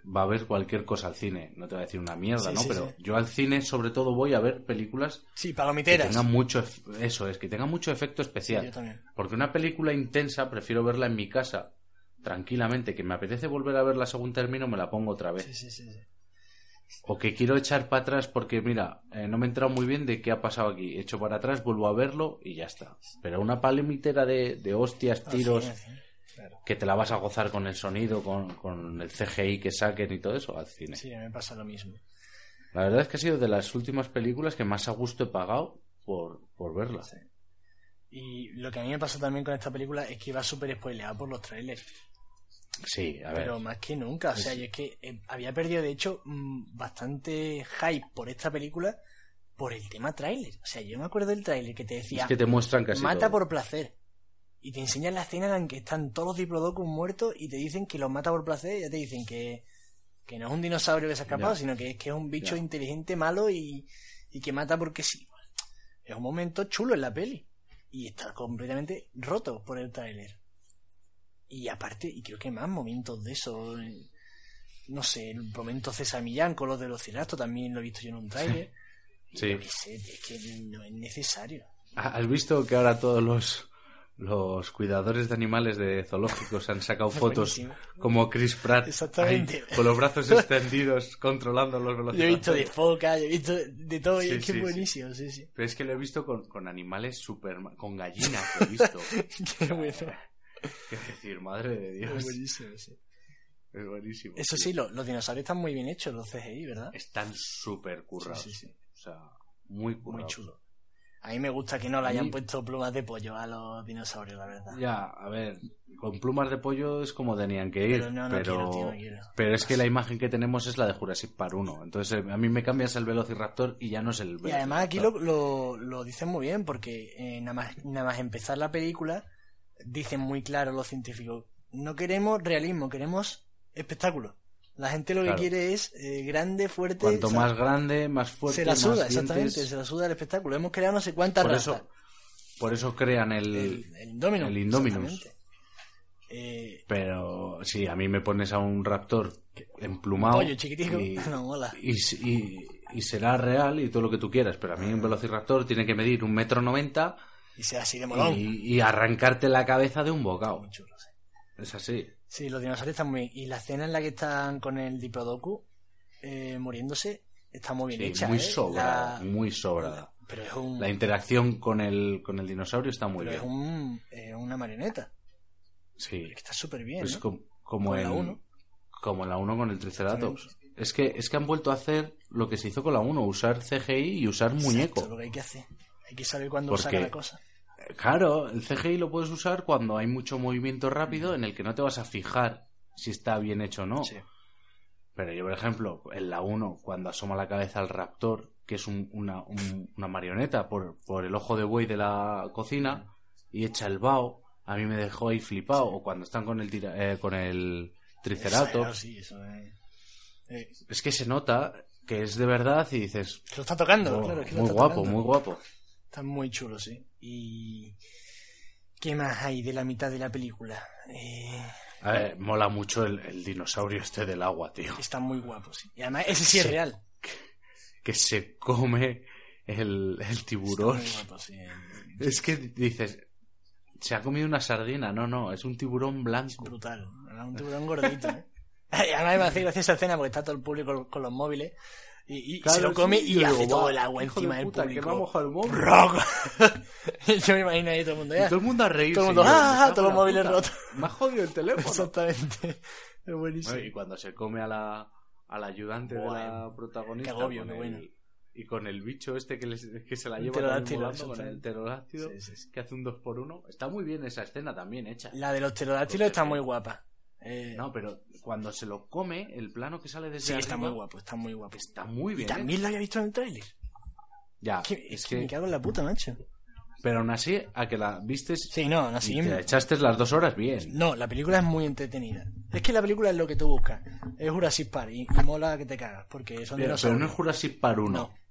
Speaker 2: va a ver cualquier cosa al cine. No te va a decir una mierda,
Speaker 1: Sí,
Speaker 2: ¿no?
Speaker 1: sí,
Speaker 2: Pero
Speaker 1: sí.
Speaker 2: yo al cine, sobre todo, voy a ver películas
Speaker 1: Sí,
Speaker 2: que
Speaker 1: palomiteras.
Speaker 2: tengan mucho. ef- Eso es, que tengan mucho efecto
Speaker 1: Sí,
Speaker 2: especial.
Speaker 1: yo también.
Speaker 2: Porque una película intensa prefiero verla en mi casa, Pues, tranquilamente, que me apetece volver a verla según término, me la pongo otra vez.
Speaker 1: Sí, sí, sí. sí.
Speaker 2: o que quiero echar para atrás porque, mira, eh, no me he entrado muy bien de qué ha pasado aquí. Echo para atrás, vuelvo a verlo y ya está. Pero una palomitera de, de hostias,
Speaker 1: Así,
Speaker 2: tiros,
Speaker 1: así. Claro.
Speaker 2: que te la vas a gozar con el sonido, con, con el CGI que saquen y todo eso, al cine.
Speaker 1: Sí, me pasa lo mismo.
Speaker 2: La verdad es que ha sido de las últimas películas que más a gusto he pagado por, por verla.
Speaker 1: Sí. Y lo que a mí me pasó también con esta película es que iba súper spoileada por los trailers.
Speaker 2: Sí, a ver.
Speaker 1: Pero más que nunca, o sea,
Speaker 2: Es-
Speaker 1: yo es que eh, había perdido, de hecho, mm, bastante hype por esta película por el tema tráiler. O sea, yo me acuerdo del tráiler que te decía,
Speaker 2: es que te muestran casi
Speaker 1: mata
Speaker 2: todo.
Speaker 1: por placer. Y te enseñan la escena en la que están todos los diplodocus muertos y te dicen que los mata por placer. Y ya te dicen que, que no es un dinosaurio que se ha escapado,
Speaker 2: Ya.
Speaker 1: sino que es que es un bicho
Speaker 2: Ya.
Speaker 1: inteligente, malo y, y que mata porque sí. Es un momento chulo en la peli. Y está completamente roto por el tráiler. Y aparte, y creo que más momentos de eso. el- No sé, el momento César Millán con los de los también lo he visto yo en un tráiler. Y
Speaker 2: Sí.
Speaker 1: yo qué sé, es que no es necesario.
Speaker 2: ¿Has visto que ahora todos los, los cuidadores de animales de zoológicos han sacado fotos
Speaker 1: Buenísimo.
Speaker 2: como Chris Pratt
Speaker 1: Exactamente.
Speaker 2: ahí, con los brazos extendidos controlando los
Speaker 1: Yo he visto de
Speaker 2: velociraptores?
Speaker 1: foca, yo he visto de todo, y
Speaker 2: Sí,
Speaker 1: es que
Speaker 2: sí,
Speaker 1: es
Speaker 2: sí.
Speaker 1: buenísimo, sí, sí.
Speaker 2: Pero es que lo he visto con, con animales super... con gallinas lo he visto.
Speaker 1: Qué bueno.
Speaker 2: Es decir, madre de
Speaker 1: Es
Speaker 2: Dios.
Speaker 1: buenísimo, sí.
Speaker 2: Es buenísimo.
Speaker 1: Eso sí, lo- los dinosaurios están muy bien hechos, los CGI, ¿verdad?
Speaker 2: Están súper currados.
Speaker 1: Sí, sí, sí.
Speaker 2: O sea, muy
Speaker 1: Muy
Speaker 2: currados.
Speaker 1: chulo. A mí me gusta que no le hayan
Speaker 2: mí-
Speaker 1: puesto plumas de pollo a los dinosaurios, la verdad.
Speaker 2: Ya, a ver, con plumas de pollo es como tenían que ir,
Speaker 1: Pero
Speaker 2: pero,
Speaker 1: no, no quiero, tío, no quiero.
Speaker 2: pero es que la imagen que tenemos es la de Jurassic Park 1. Entonces eh, a mí me cambias el Velociraptor y ya no es
Speaker 1: Y
Speaker 2: el Velociraptor.
Speaker 1: además aquí lo, lo, lo dicen muy bien, porque eh, nada, más, nada más empezar la película, dicen muy claro los científicos, no queremos realismo, queremos espectáculo. La gente lo que
Speaker 2: Claro.
Speaker 1: quiere es eh, grande, fuerte...
Speaker 2: Cuanto
Speaker 1: o sea,
Speaker 2: más grande, más fuerte,
Speaker 1: se la suda,
Speaker 2: más dientes.
Speaker 1: exactamente, se la suda el espectáculo. Hemos creado no sé cuántas
Speaker 2: Por
Speaker 1: razas.
Speaker 2: eso, por eso crean el...
Speaker 1: el, el Indominus.
Speaker 2: el Indominus.
Speaker 1: exactamente. Eh,
Speaker 2: Pero sí, a mí me pones a un raptor emplumado
Speaker 1: pollo chiquitico,
Speaker 2: y,
Speaker 1: no mola.
Speaker 2: y, y- y será real y todo lo que tú quieras. Pero a mí un Velociraptor tiene que medir un metro noventa
Speaker 1: Y sea así de molón.
Speaker 2: y, y arrancarte la cabeza de un bocado.
Speaker 1: Muy chulo, sí.
Speaker 2: Es así.
Speaker 1: Sí, los dinosaurios están muy bien. Y la escena en la que están con el Diplodocus eh, muriéndose está muy bien
Speaker 2: Sí,
Speaker 1: hecha.
Speaker 2: muy
Speaker 1: ¿eh?
Speaker 2: sobrada,
Speaker 1: La-
Speaker 2: muy sobrada.
Speaker 1: Pero es un,
Speaker 2: La interacción con el, con el dinosaurio está muy
Speaker 1: pero es
Speaker 2: bien.
Speaker 1: un- eh, una marioneta.
Speaker 2: Sí,
Speaker 1: Que está súper bien.
Speaker 2: es
Speaker 1: ¿no?
Speaker 2: com- como
Speaker 1: Como la
Speaker 2: en
Speaker 1: uno.
Speaker 2: Como en la 1 con el Triceratops. Es que, es que han vuelto a hacer lo que se hizo con la 1, usar CGI y usar
Speaker 1: Exacto, lo
Speaker 2: muñeco.
Speaker 1: que hay que hacer. Hay que saber cuándo
Speaker 2: Porque-
Speaker 1: saca la cosa.
Speaker 2: Eh, Claro, el CGI lo puedes usar cuando hay mucho movimiento rápido en el que no te vas a fijar si está bien hecho o no.
Speaker 1: Sí.
Speaker 2: Pero yo, por ejemplo, en la 1, cuando asoma la cabeza al raptor, que es un- una, un- una marioneta por, por el ojo de buey de la cocina, y echa el vaho, a mí me dejó ahí flipado. O cuando están con el, tira- eh, con el
Speaker 1: Exagerado,
Speaker 2: triceratops,
Speaker 1: Sí, eso es. Eh,
Speaker 2: es que se nota que es de verdad y dices,
Speaker 1: que lo está tocando,
Speaker 2: "Wow,
Speaker 1: claro. es que lo
Speaker 2: muy
Speaker 1: está
Speaker 2: guapo,
Speaker 1: tocando.
Speaker 2: muy guapo.
Speaker 1: Están muy chulos, sí. ¿Y qué más hay de la mitad de la película? Eh,
Speaker 2: A ver, mola mucho el, el dinosaurio este del agua, tío,
Speaker 1: están muy guapos, sí. Y además, ese sí es
Speaker 2: Sí,
Speaker 1: real.
Speaker 2: que se come el, el
Speaker 1: Están
Speaker 2: tiburón.
Speaker 1: muy guapos, sí.
Speaker 2: Es que dices, se ha comido una sardina, no, no, es un tiburón
Speaker 1: Es
Speaker 2: blanco.
Speaker 1: brutal. Era un tiburón gordito, ¿eh? Y además me hace gracia esa escena porque está todo el público con, los móviles y, y
Speaker 2: Claro,
Speaker 1: se lo come
Speaker 2: sí,
Speaker 1: y
Speaker 2: yo
Speaker 1: hace
Speaker 2: digo,
Speaker 1: todo
Speaker 2: "Buah,
Speaker 1: el agua
Speaker 2: hijo de
Speaker 1: encima del
Speaker 2: puta, que me ha
Speaker 1: público.
Speaker 2: mojado el móvil".
Speaker 1: ¡Rock! Yo me imagino ahí todo el mundo
Speaker 2: Y
Speaker 1: ya.
Speaker 2: todo el mundo a reírse.
Speaker 1: Todo el mundo,
Speaker 2: y
Speaker 1: "Ah,
Speaker 2: yo, "Me cago en
Speaker 1: todos los
Speaker 2: la
Speaker 1: móviles
Speaker 2: puta,
Speaker 1: rotos".
Speaker 2: Me ha jodido el teléfono.
Speaker 1: Exactamente. Es buenísimo.
Speaker 2: Bueno, y cuando se come a la, al ayudante de la
Speaker 1: Bueno,
Speaker 2: protagonista.
Speaker 1: qué agobio,
Speaker 2: con
Speaker 1: qué bueno.
Speaker 2: el- y con el bicho este que, les- que se la
Speaker 1: Un
Speaker 2: lleva también
Speaker 1: pterodáctilo,
Speaker 2: volando con el
Speaker 1: exactamente.
Speaker 2: pterodáctilo,
Speaker 1: Sí, sí, sí.
Speaker 2: que hace un 2x1. Está muy bien esa escena también hecha.
Speaker 1: La de los pterodáctilos está muy guapa. Eh,
Speaker 2: Pues No, pero cuando se lo come, el plano que sale
Speaker 1: sí,
Speaker 2: desde
Speaker 1: está
Speaker 2: arriba,
Speaker 1: muy guapo, está muy guapo.
Speaker 2: Está muy
Speaker 1: Y
Speaker 2: bien. ¿eh?
Speaker 1: también lo había visto en el tráiler.
Speaker 2: Ya,
Speaker 1: Que- Es
Speaker 2: es
Speaker 1: que me
Speaker 2: que,
Speaker 1: cago en la puta, macho.
Speaker 2: pero aún así, a que la vistes
Speaker 1: Sí, no, la
Speaker 2: y te la
Speaker 1: siguiente.
Speaker 2: echaste las dos horas bien.
Speaker 1: No, la película es muy entretenida. Es que la película es lo que tú buscas. Es Jurassic Park y, y mola que te cagas, porque son
Speaker 2: Pero, pero no es
Speaker 1: dinosaurios.
Speaker 2: Jurassic Park 1.
Speaker 1: No.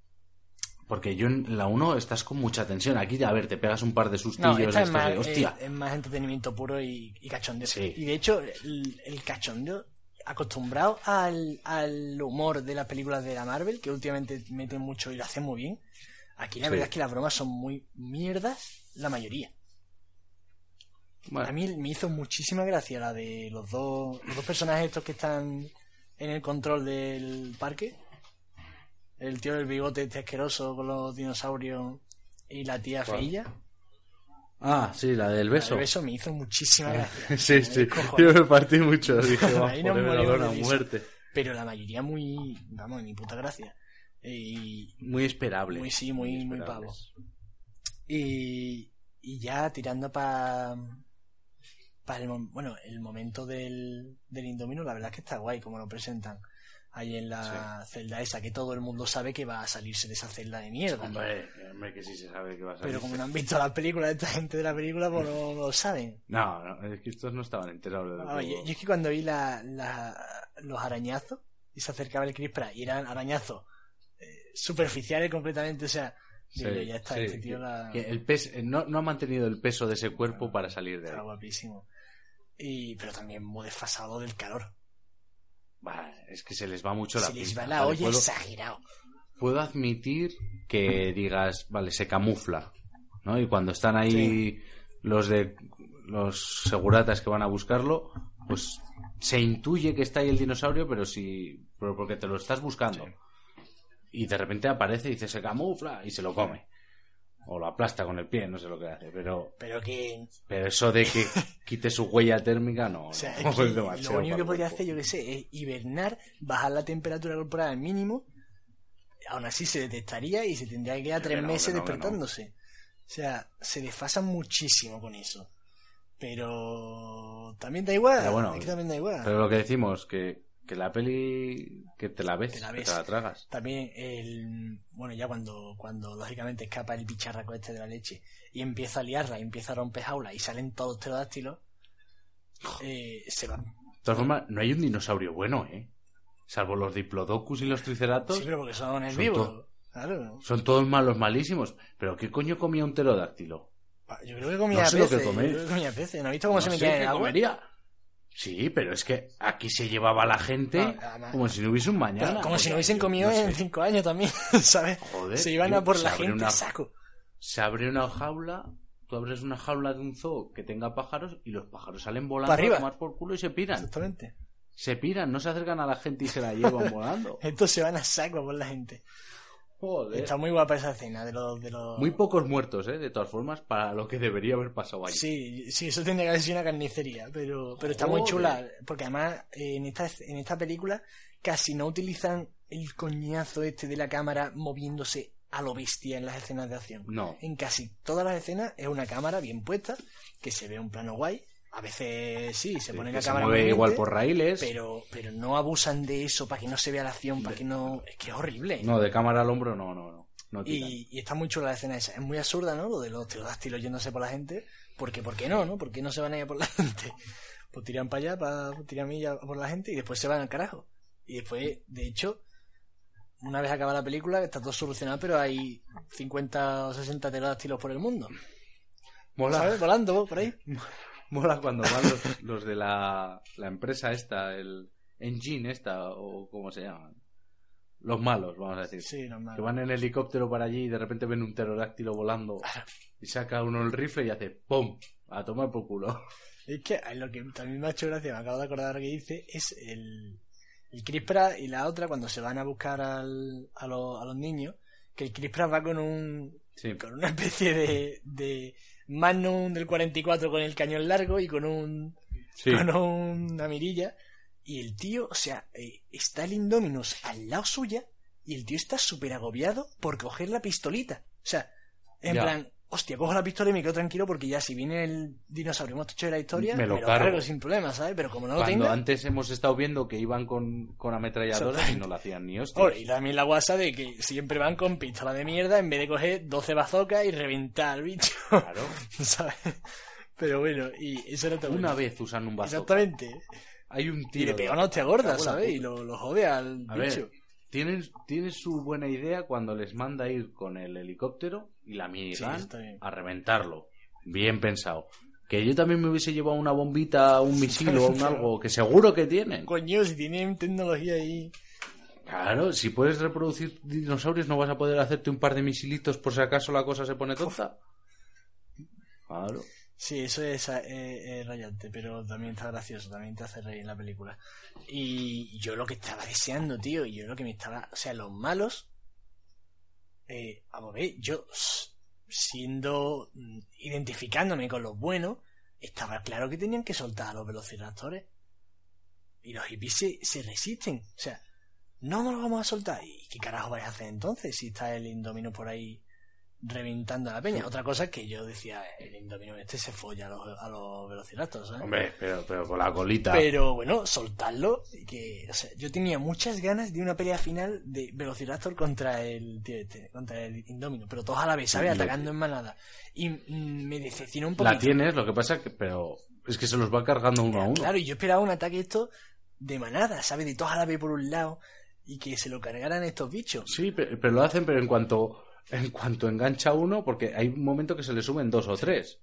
Speaker 2: Porque yo en la 1 estás con mucha tensión. Aquí, a ver, te pegas un par de
Speaker 1: No,
Speaker 2: sustillos.
Speaker 1: esta es
Speaker 2: estos
Speaker 1: más, eh,
Speaker 2: de, hostia.
Speaker 1: es- es más entretenimiento puro y, y cachondeo.
Speaker 2: Sí.
Speaker 1: Y de hecho, el, el cachondeo, acostumbrado al, al humor de las películas de la Marvel, que últimamente meten mucho y lo hacen muy bien, aquí la
Speaker 2: Sí.
Speaker 1: verdad es que las bromas son muy mierdas, la mayoría.
Speaker 2: Bueno,
Speaker 1: eh, A mí me hizo muchísima gracia la de los dos, los dos personajes estos que están en el control del parque. El tío del bigote este asqueroso con los dinosaurios y la tía
Speaker 2: ¿Cuál?
Speaker 1: feilla.
Speaker 2: Ah, sí, la del
Speaker 1: El
Speaker 2: beso.
Speaker 1: beso me hizo muchísima gracia.
Speaker 2: Eh,
Speaker 1: Eh,
Speaker 2: sí, sí.
Speaker 1: cojones.
Speaker 2: Yo me partí mucho. Dije, vamos,
Speaker 1: Ahí nos
Speaker 2: ponerme la
Speaker 1: morimos
Speaker 2: dona a
Speaker 1: de risa.
Speaker 2: muerte.
Speaker 1: Pero la mayoría muy, vamos, ni puta gracia. Eh, Y,
Speaker 2: Muy esperable.
Speaker 1: Muy- sí, muy- muy
Speaker 2: esperables.
Speaker 1: y, y ya tirando para para el, mom- bueno, el momento del, del Indomino, la verdad es que está guay como lo presentan ahí en la celda esa, que todo el mundo sabe que va a salirse de esa celda de mierda.
Speaker 2: Hombre, hombre, que sí se sabe que va a salir.
Speaker 1: Pero como no han visto las películas, esta gente de la película, pues no lo saben.
Speaker 2: No, no, es que estos no estaban enterados de lo
Speaker 1: Vamos,
Speaker 2: que-
Speaker 1: Ah, yo, yo es que cuando vi la, la- los arañazos y se acercaba el Chris Pratt y eran arañazos eh, superficiales completamente, o sea,
Speaker 2: Sí,
Speaker 1: digo, ya está,
Speaker 2: sí,
Speaker 1: este tío
Speaker 2: que-
Speaker 1: la-
Speaker 2: que el pes- eh, no, no ha mantenido el peso de ese cuerpo para salir de
Speaker 1: está
Speaker 2: ahí.
Speaker 1: guapísimo. Y, pero también muy desfasado del calor.
Speaker 2: Bah, es que se les va mucho la
Speaker 1: Se les
Speaker 2: pinza,
Speaker 1: va la
Speaker 2: ¿vale?
Speaker 1: olla
Speaker 2: Puedo-
Speaker 1: exagerado.
Speaker 2: puedo admitir que digas, vale, se camufla, ¿no? Y cuando están ahí
Speaker 1: Sí.
Speaker 2: los de los seguratas que van a buscarlo, pues se intuye que está ahí el dinosaurio, pero si pero porque te lo estás buscando.
Speaker 1: Sí.
Speaker 2: Y de repente aparece y dice, se camufla y se lo come. O lo aplasta con el pie, no sé lo que hace, pero
Speaker 1: Pero que,
Speaker 2: pero eso de que quite su huella térmica no,
Speaker 1: o sea,
Speaker 2: no,
Speaker 1: es que
Speaker 2: es demasiado
Speaker 1: lo único
Speaker 2: para
Speaker 1: que
Speaker 2: el
Speaker 1: podría
Speaker 2: cuerpo.
Speaker 1: hacer, yo que sé, es hibernar, bajar la temperatura corporal al mínimo. Aún así se detectaría y se tendría que quedar
Speaker 2: Que
Speaker 1: tres
Speaker 2: no, que
Speaker 1: meses
Speaker 2: no, que no.
Speaker 1: despertándose. O sea, se desfasan muchísimo con eso. Pero también da igual.
Speaker 2: Pero bueno,
Speaker 1: es que también da igual.
Speaker 2: Pero lo que decimos, que, que la peli que te la ves,
Speaker 1: Te la
Speaker 2: que
Speaker 1: ves.
Speaker 2: te la tragas.
Speaker 1: También el bueno ya cuando, cuando lógicamente escapa el bicharraco este de la leche y empieza a liarla, y empieza a romper jaula y salen todos los pterodáctilos, eh, se va.
Speaker 2: De todas formas, no hay un dinosaurio bueno, ¿eh? Salvo los Diplodocus y los Triceratos.
Speaker 1: Sí, pero porque son
Speaker 2: Son
Speaker 1: herbívoros.
Speaker 2: todos.
Speaker 1: Claro.
Speaker 2: Son todos malos, malísimos. Pero ¿qué coño comía un pterodáctilo?
Speaker 1: Yo creo que comía
Speaker 2: No sé lo que
Speaker 1: peces. yo
Speaker 2: comer.
Speaker 1: creo que comía peces. ¿No has visto cómo
Speaker 2: No
Speaker 1: se
Speaker 2: sé
Speaker 1: metía en
Speaker 2: qué
Speaker 1: el agua?
Speaker 2: comería. Sí, pero es que aquí se llevaba la gente
Speaker 1: No, además-
Speaker 2: como si no hubiese un
Speaker 1: Pero
Speaker 2: mañana.
Speaker 1: Ah, como
Speaker 2: O
Speaker 1: si
Speaker 2: sea,
Speaker 1: no hubiesen
Speaker 2: yo
Speaker 1: comido
Speaker 2: no sé.
Speaker 1: en cinco años también, ¿sabes?
Speaker 2: Joder,
Speaker 1: se iban
Speaker 2: tío,
Speaker 1: a por
Speaker 2: se
Speaker 1: la
Speaker 2: abre
Speaker 1: gente
Speaker 2: una-
Speaker 1: a saco.
Speaker 2: Se abre una jaula, tú abres una jaula de un zoo que tenga pájaros y los pájaros salen volando
Speaker 1: Pa' arriba.
Speaker 2: a tomar por culo y se piran.
Speaker 1: Exactamente.
Speaker 2: Se piran, no se acercan a la gente y se la llevan volando.
Speaker 1: Estos se van a saco a por la gente.
Speaker 2: Joder.
Speaker 1: Está muy guapa esa escena de los... De los...
Speaker 2: Muy pocos muertos, ¿eh? De todas formas, para lo que debería haber pasado ahí.
Speaker 1: Sí, sí, eso tendría que haber sido una carnicería, pero, pero está muy
Speaker 2: Joder.
Speaker 1: chula, porque además eh, en esta, en esta película casi no utilizan el coñazo este de la cámara moviéndose a lo bestia en las escenas de acción.
Speaker 2: No.
Speaker 1: En casi todas las escenas es una cámara bien puesta, que se ve un plano guay, a veces sí, se pone
Speaker 2: Que
Speaker 1: la
Speaker 2: se
Speaker 1: cámara
Speaker 2: mueve
Speaker 1: moviente,
Speaker 2: igual por raíles.
Speaker 1: pero, pero no abusan de eso para que no se vea la acción, para que no... Es que es horrible.
Speaker 2: No, de cámara al hombro no, no, no. No tiran.
Speaker 1: Y, y está muy chula la escena esa. Es muy absurda, ¿no? Lo de los pterodáctilos yéndose por la gente. Porque, ¿por qué no, no? ¿Por qué no se van a ir a por la gente? Pues tiran para allá, para tirar milla por la gente y después se van al carajo. Y después, de hecho, una vez acaba la película, está todo solucionado, pero hay 50 o 60 pterodáctilos por el mundo.
Speaker 2: Mola,
Speaker 1: ¿Sabes? Volando por ahí.
Speaker 2: mola cuando van los, los de la, la empresa esta, el Engine esta, o cómo se llaman. Los malos, vamos a decir.
Speaker 1: Sí, normal.
Speaker 2: Que van en helicóptero para allí y de repente ven un pterodáctilo volando y saca uno el rifle y hace ¡pum! A tomar por culo.
Speaker 1: Es que eh, lo que también me ha hecho gracia, me acabo de acordar que dice, es el, el Chris Pratt y la otra cuando se van a buscar al, a, los- a los niños, que el Chris Pratt va con un
Speaker 2: Sí.
Speaker 1: con una especie de, de Magnum del 44 con el cañón largo y con un
Speaker 2: Sí.
Speaker 1: con una mirilla y el tío, o sea, eh, está el Indominus al lado suya y el tío está súper agobiado por coger la pistolita. O sea, en
Speaker 2: Ya.
Speaker 1: plan, hostia, cojo la pistola y me quedo tranquilo porque ya si viene el dinosaurio mostocho de la historia,
Speaker 2: Me lo
Speaker 1: cargo.
Speaker 2: cargo.
Speaker 1: sin problema, ¿sabes? Pero como no lo
Speaker 2: Cuando
Speaker 1: tenga...
Speaker 2: antes hemos estado viendo que iban con, con ametralladoras y no lo hacían ni hostias.
Speaker 1: Hombre, oh, y también la guasa de que siempre van con pistola de mierda en vez de coger 12 bazocas y reventar al bicho,
Speaker 2: Claro.
Speaker 1: ¿sabes? Pero bueno, y eso era todo.
Speaker 2: Una vez usan un vaso.
Speaker 1: Exactamente.
Speaker 2: Hay un
Speaker 1: Y
Speaker 2: tiro.
Speaker 1: le
Speaker 2: de-
Speaker 1: pega una hostia gorda,
Speaker 2: Cago en la
Speaker 1: ¿sabes?
Speaker 2: puta.
Speaker 1: Y lo, lo jode al
Speaker 2: A
Speaker 1: bicho.
Speaker 2: ver, tienen, tienen su buena idea cuando les manda ir con el helicóptero y la
Speaker 1: Sí,
Speaker 2: minigun
Speaker 1: está bien.
Speaker 2: a reventarlo. Bien pensado. Que yo también me hubiese llevado una bombita, un misil o un algo que seguro que tienen.
Speaker 1: Coño, si tienen tecnología ahí.
Speaker 2: Claro, si puedes reproducir dinosaurios no vas a poder hacerte un par de misilitos por si acaso la cosa se pone tonta. Claro.
Speaker 1: Sí, eso es eh, eh, rayante, pero también está gracioso, también te hace reír en la película. Y yo lo que estaba deseando, tío, y yo lo que me estaba. O sea, los malos eh, vamos a ver, yo s- siendo mm, identificándome con los buenos, estaba claro que tenían que soltar a los velociraptores. Y los hippies se, se resisten. O sea, no nos los vamos a soltar. ¿Y qué carajo vais a hacer entonces si está el Indomino por ahí reventando a la peña? Otra cosa es que yo decía, el Indomino este se folla a los, a los velociraptors. ¿sabes?
Speaker 2: Hombre, pero, pero con la colita.
Speaker 1: Pero bueno, soltarlo. y Que, o sea, yo tenía muchas ganas de una pelea final de Velociraptor contra el tío este, contra el Indomino, pero todos a la vez, ¿sabes?
Speaker 2: Lo-
Speaker 1: Atacando en manada. Y mm, me decepcionó un poquito.
Speaker 2: la tienes, lo que pasa que, pero es que se los va cargando uno a uno.
Speaker 1: Claro, y yo esperaba un ataque esto de manada, ¿sabes? De todos a la vez por un lado y que se lo cargaran estos bichos.
Speaker 2: Sí, pe- pero, lo hacen, pero en cuanto, en cuanto engancha uno, porque hay un momento que se le suben dos o tres.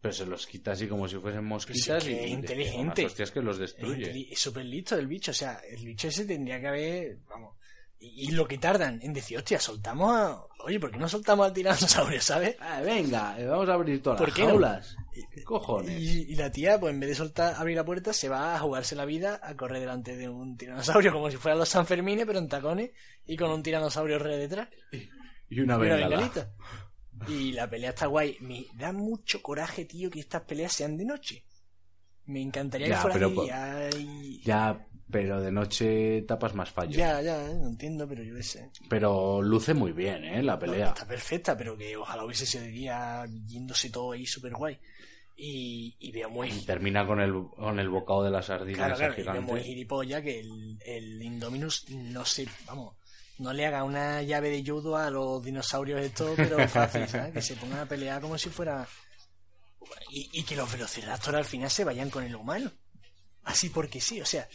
Speaker 2: Pero se los quita así como si fuesen mosquitas
Speaker 1: Pero sí que
Speaker 2: y-
Speaker 1: es
Speaker 2: y.
Speaker 1: inteligente.
Speaker 2: unas hostias que los
Speaker 1: Es
Speaker 2: destruye.
Speaker 1: inteli- Es súper listo el bicho, o sea, el bicho ese tendría que haber, vamos. Y, y lo que tardan en decir, hostia, soltamos a. Oye, ¿por qué no soltamos al tiranosaurio, ¿sabes?
Speaker 2: Ah, venga, eh, vamos a abrir todas
Speaker 1: ¿Por
Speaker 2: las
Speaker 1: qué no?
Speaker 2: jaulas. ¿Qué cojones?
Speaker 1: Y, y la tía, pues en vez de soltar, abrir la puerta, se va a jugarse la vida a correr delante de un tiranosaurio, como si fueran los Sanfermines, pero en tacones y con un tiranosaurio re detrás.
Speaker 2: Y una
Speaker 1: y una
Speaker 2: bengala.
Speaker 1: bengalita. Y la pelea está guay. Me da mucho coraje, tío, que estas peleas sean de noche. Me encantaría
Speaker 2: Ya,
Speaker 1: que fuera de
Speaker 2: pero po-
Speaker 1: día. y-
Speaker 2: Ya, pero de noche tapas más fallos.
Speaker 1: Ya, ya, eh, no entiendo, pero yo qué sé.
Speaker 2: Pero luce muy bien, ¿eh? La
Speaker 1: No,
Speaker 2: pelea.
Speaker 1: Está perfecta, pero que ojalá hubiese sido de día yéndose todo ahí súper guay. Y, y veo muy
Speaker 2: Y Termina con el, con el bocado de la sardina
Speaker 1: Claro,
Speaker 2: esa
Speaker 1: claro, y
Speaker 2: gigante.
Speaker 1: vemos el gilipollas que el, el Indominus no se, vamos, no le haga una llave de judo a los dinosaurios estos, pero fácil, ¿sabes? Que se pongan a pelear como si fuera... Y, y que los velociraptors al final se vayan con el humano. Así porque sí, o sea,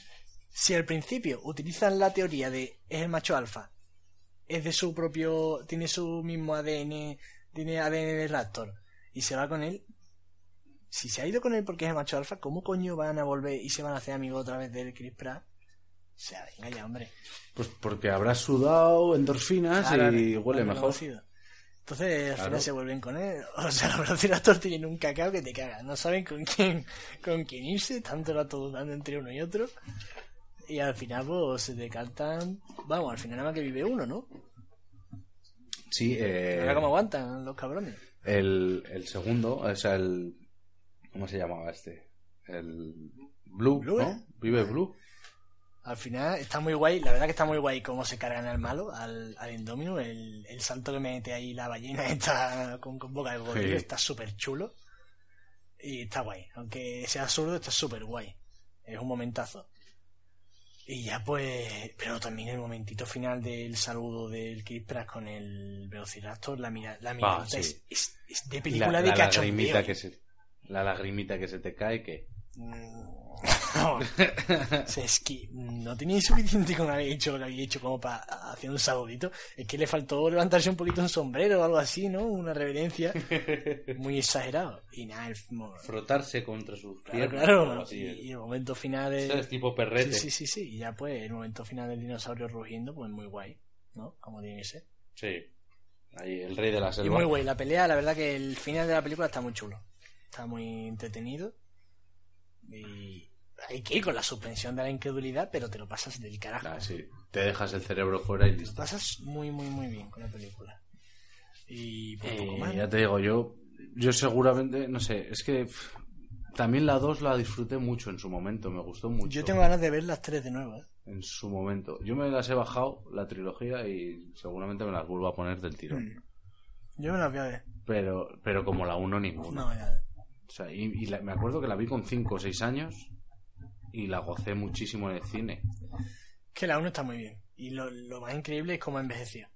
Speaker 1: si al principio utilizan la teoría de es el macho alfa, es de su propio, tiene su mismo ADN, tiene ADN de raptor, y se va con él, si se ha ido con él porque es el macho alfa, ¿cómo coño van a volver y se van a hacer amigos otra vez del Chris Pratt? O sea, venga ya, hombre.
Speaker 2: Pues porque habrá sudado endorfinas
Speaker 1: Ahora,
Speaker 2: y
Speaker 1: ahora
Speaker 2: Ah, huele
Speaker 1: lo
Speaker 2: mejor.
Speaker 1: conocido. Entonces, al
Speaker 2: Claro.
Speaker 1: final se vuelven con él. O sea, los velociraptors tienen un cacao que te caga. No saben con quién, con quién irse, tanto rato dudando entre uno y otro. Y al final, pues, se decantan. Vamos, al final nada más que vive uno, ¿no?
Speaker 2: Sí, eh,
Speaker 1: Mira cómo aguantan los cabrones.
Speaker 2: el, el segundo, o sea, el... ¿Cómo se llamaba este? El Blue,
Speaker 1: Blue,
Speaker 2: ¿no?
Speaker 1: ¿eh?
Speaker 2: Vive Blue.
Speaker 1: Al final está muy guay, la verdad que está muy guay cómo se cargan al malo, al, al Indomino, el, el salto que mete ahí la ballena está con, con boca de cocodrilo,
Speaker 2: Sí.
Speaker 1: está súper chulo. Y está guay, aunque sea absurdo, está súper guay. Es un momentazo. Y ya pues, pero también el momentito final del saludo del Chris Pratt con el Velociraptor, la mira, la mirada
Speaker 2: Ah, sí.
Speaker 1: es, es- es de
Speaker 2: Y la,
Speaker 1: película de
Speaker 2: la
Speaker 1: cachondeo. eh.
Speaker 2: lagrimita que se, la lagrimita que se te cae, que...
Speaker 1: Mm, no. O sea, es que no tenía suficiente con haber hecho lo que había hecho como para hacer un saludito. Es que le faltó levantarse un poquito un sombrero o algo así, ¿no? Una reverencia muy exagerado. Y nada, el, mo-
Speaker 2: Frotarse contra sus
Speaker 1: claro,
Speaker 2: piernas.
Speaker 1: claro.
Speaker 2: o
Speaker 1: Y,
Speaker 2: así, eh.
Speaker 1: y el momento final del-
Speaker 2: Eso es tipo perrete.
Speaker 1: Sí, sí, sí, sí. Y ya pues el momento final del dinosaurio rugiendo, pues muy guay, ¿no? Como tiene que ser.
Speaker 2: Sí. Ahí, el rey de la
Speaker 1: Y
Speaker 2: selva.
Speaker 1: muy guay la pelea, la verdad que el final de la película está muy chulo. Está muy entretenido. Y hay que ir con la suspensión de la incredulidad, pero te lo pasas del carajo.
Speaker 2: Ah, sí. Te dejas el cerebro fuera y
Speaker 1: Te lo
Speaker 2: listo.
Speaker 1: pasas muy, muy, muy bien con la película. Y pues, poco
Speaker 2: Eh,
Speaker 1: más.
Speaker 2: ya te digo, yo, yo seguramente, no sé, es que pff, también la 2 la disfruté mucho en su momento, me gustó mucho.
Speaker 1: Yo tengo ganas de ver las tres de nuevo. ¿eh?
Speaker 2: En su momento. Yo me las he bajado, la trilogía, y seguramente me las vuelvo a poner del
Speaker 1: Mm.
Speaker 2: tirón.
Speaker 1: Yo me las voy a ver.
Speaker 2: Pero, pero como la 1 ninguna.
Speaker 1: No, ya.
Speaker 2: O sea, y, y la- me acuerdo que la vi con 5 o 6 años y la gocé muchísimo en el cine.
Speaker 1: Que la uno está muy bien. Y lo, lo más increíble es cómo ha envejecido.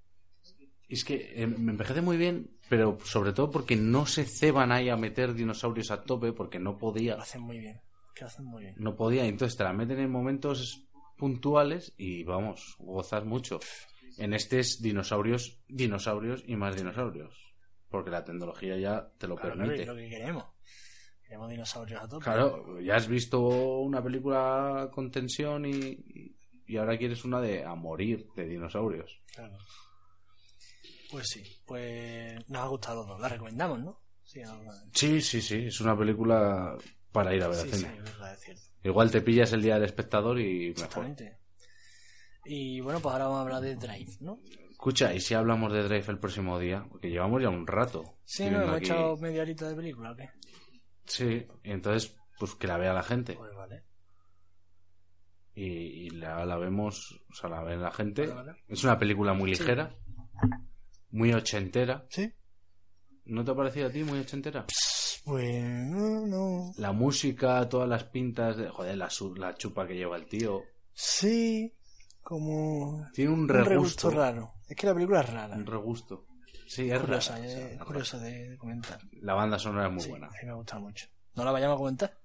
Speaker 2: Y Es que eh, me envejece muy bien, pero sobre todo porque no se ceban ahí a meter dinosaurios a tope, porque no podía.
Speaker 1: Lo hacen muy bien. Que lo hacen muy bien.
Speaker 2: no podía, entonces te la meten en momentos puntuales y vamos, gozas mucho. En este es dinosaurios, dinosaurios y más dinosaurios. Porque la tecnología ya te lo
Speaker 1: Claro, claro, es
Speaker 2: permite.
Speaker 1: lo que queremos. Queremos dinosaurios a tope.
Speaker 2: Claro, ya has visto una película con tensión y, y ahora quieres una de a morir de dinosaurios.
Speaker 1: Claro. Pues sí, pues nos ha gustado los dos. La recomendamos, ¿no? Sí, no, no.
Speaker 2: Sí, sí, sí, es una película para ir a ver al
Speaker 1: sí, sí,
Speaker 2: cine.
Speaker 1: es verdad, es cierto.
Speaker 2: Igual te pillas el día del espectador y mejor.
Speaker 1: Exactamente. Y bueno, pues ahora vamos a hablar de Drive, ¿no?
Speaker 2: Escucha, ¿y si hablamos de Drive el próximo día? Porque llevamos ya un rato.
Speaker 1: Sí, no,
Speaker 2: viviendo
Speaker 1: hemos
Speaker 2: aquí.
Speaker 1: echado media horita de película, ¿o qué?
Speaker 2: Sí, y entonces, pues que la vea la gente.
Speaker 1: Pues vale.
Speaker 2: Y, y la, la vemos, o sea, la ve la gente.
Speaker 1: vale, pues vale.
Speaker 2: Es una película muy
Speaker 1: Sí.
Speaker 2: ligera, muy ochentera.
Speaker 1: ¿Sí?
Speaker 2: ¿No te ha parecido a ti muy ochentera?
Speaker 1: Bueno, no.
Speaker 2: La música, todas las pintas, de, joder, la, su- la chupa que lleva el tío.
Speaker 1: Sí, como
Speaker 2: Tiene un
Speaker 1: un
Speaker 2: regusto.
Speaker 1: regusto raro. Es que la película es rara.
Speaker 2: un regusto. Sí, es
Speaker 1: curiosa,
Speaker 2: rara, o sea,
Speaker 1: eh,
Speaker 2: es
Speaker 1: curiosa de, de comentar.
Speaker 2: rara. La banda sonora es muy
Speaker 1: Sí,
Speaker 2: buena.
Speaker 1: a mí me gusta mucho. ¿No la vayamos a comentar?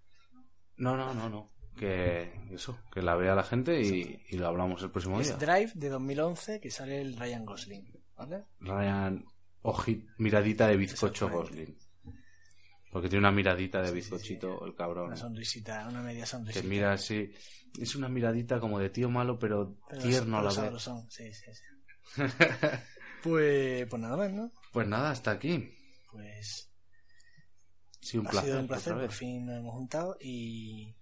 Speaker 2: No, no, no, no. Que eso, que la vea la gente y, y lo hablamos el próximo día.
Speaker 1: Es Drive de 2011 que sale el Ryan Gosling. ¿Vale?
Speaker 2: Ryan, oji- miradita de bizcocho
Speaker 1: Exactamente.
Speaker 2: Gosling. Porque tiene una miradita de
Speaker 1: Sí, sí,
Speaker 2: bizcochito, el cabrón.
Speaker 1: Una sonrisita, una media
Speaker 2: Que
Speaker 1: sonrisita.
Speaker 2: mira así. Es una miradita como de tío malo, pero, tierno a
Speaker 1: pero
Speaker 2: la vez.
Speaker 1: sabrosón, Sí, sí, sí. pues, pues nada más, ¿no?
Speaker 2: Pues nada, hasta aquí.
Speaker 1: Pues
Speaker 2: Sí, un
Speaker 1: ha
Speaker 2: placer.
Speaker 1: sido un placer,
Speaker 2: otra
Speaker 1: por
Speaker 2: vez.
Speaker 1: fin nos hemos juntado y,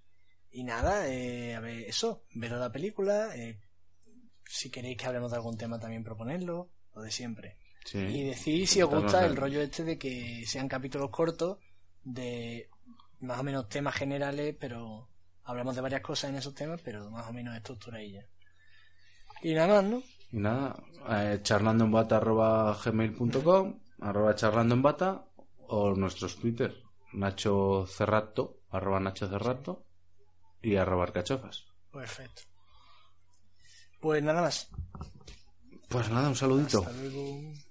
Speaker 1: y nada, eh, a ver, eso, ver la película, eh, si queréis que hablemos de algún tema también proponedlo, lo de siempre.
Speaker 2: Sí.
Speaker 1: Y decir si os gusta
Speaker 2: Entonces,
Speaker 1: el rollo este de que sean capítulos cortos de más o menos temas generales, pero hablamos de varias cosas en esos temas, pero más o menos estructuradilla. Y nada más, ¿no?
Speaker 2: Y nada, eh, charlandoenbata.gmail.com, arroba charlandoenbata, o nuestros Twitter, Nacho Cerrato, arroba Nacho Cerrato, y arroba Arcachofas.
Speaker 1: Perfecto. Pues nada más.
Speaker 2: Pues nada, un saludito.
Speaker 1: Hasta luego.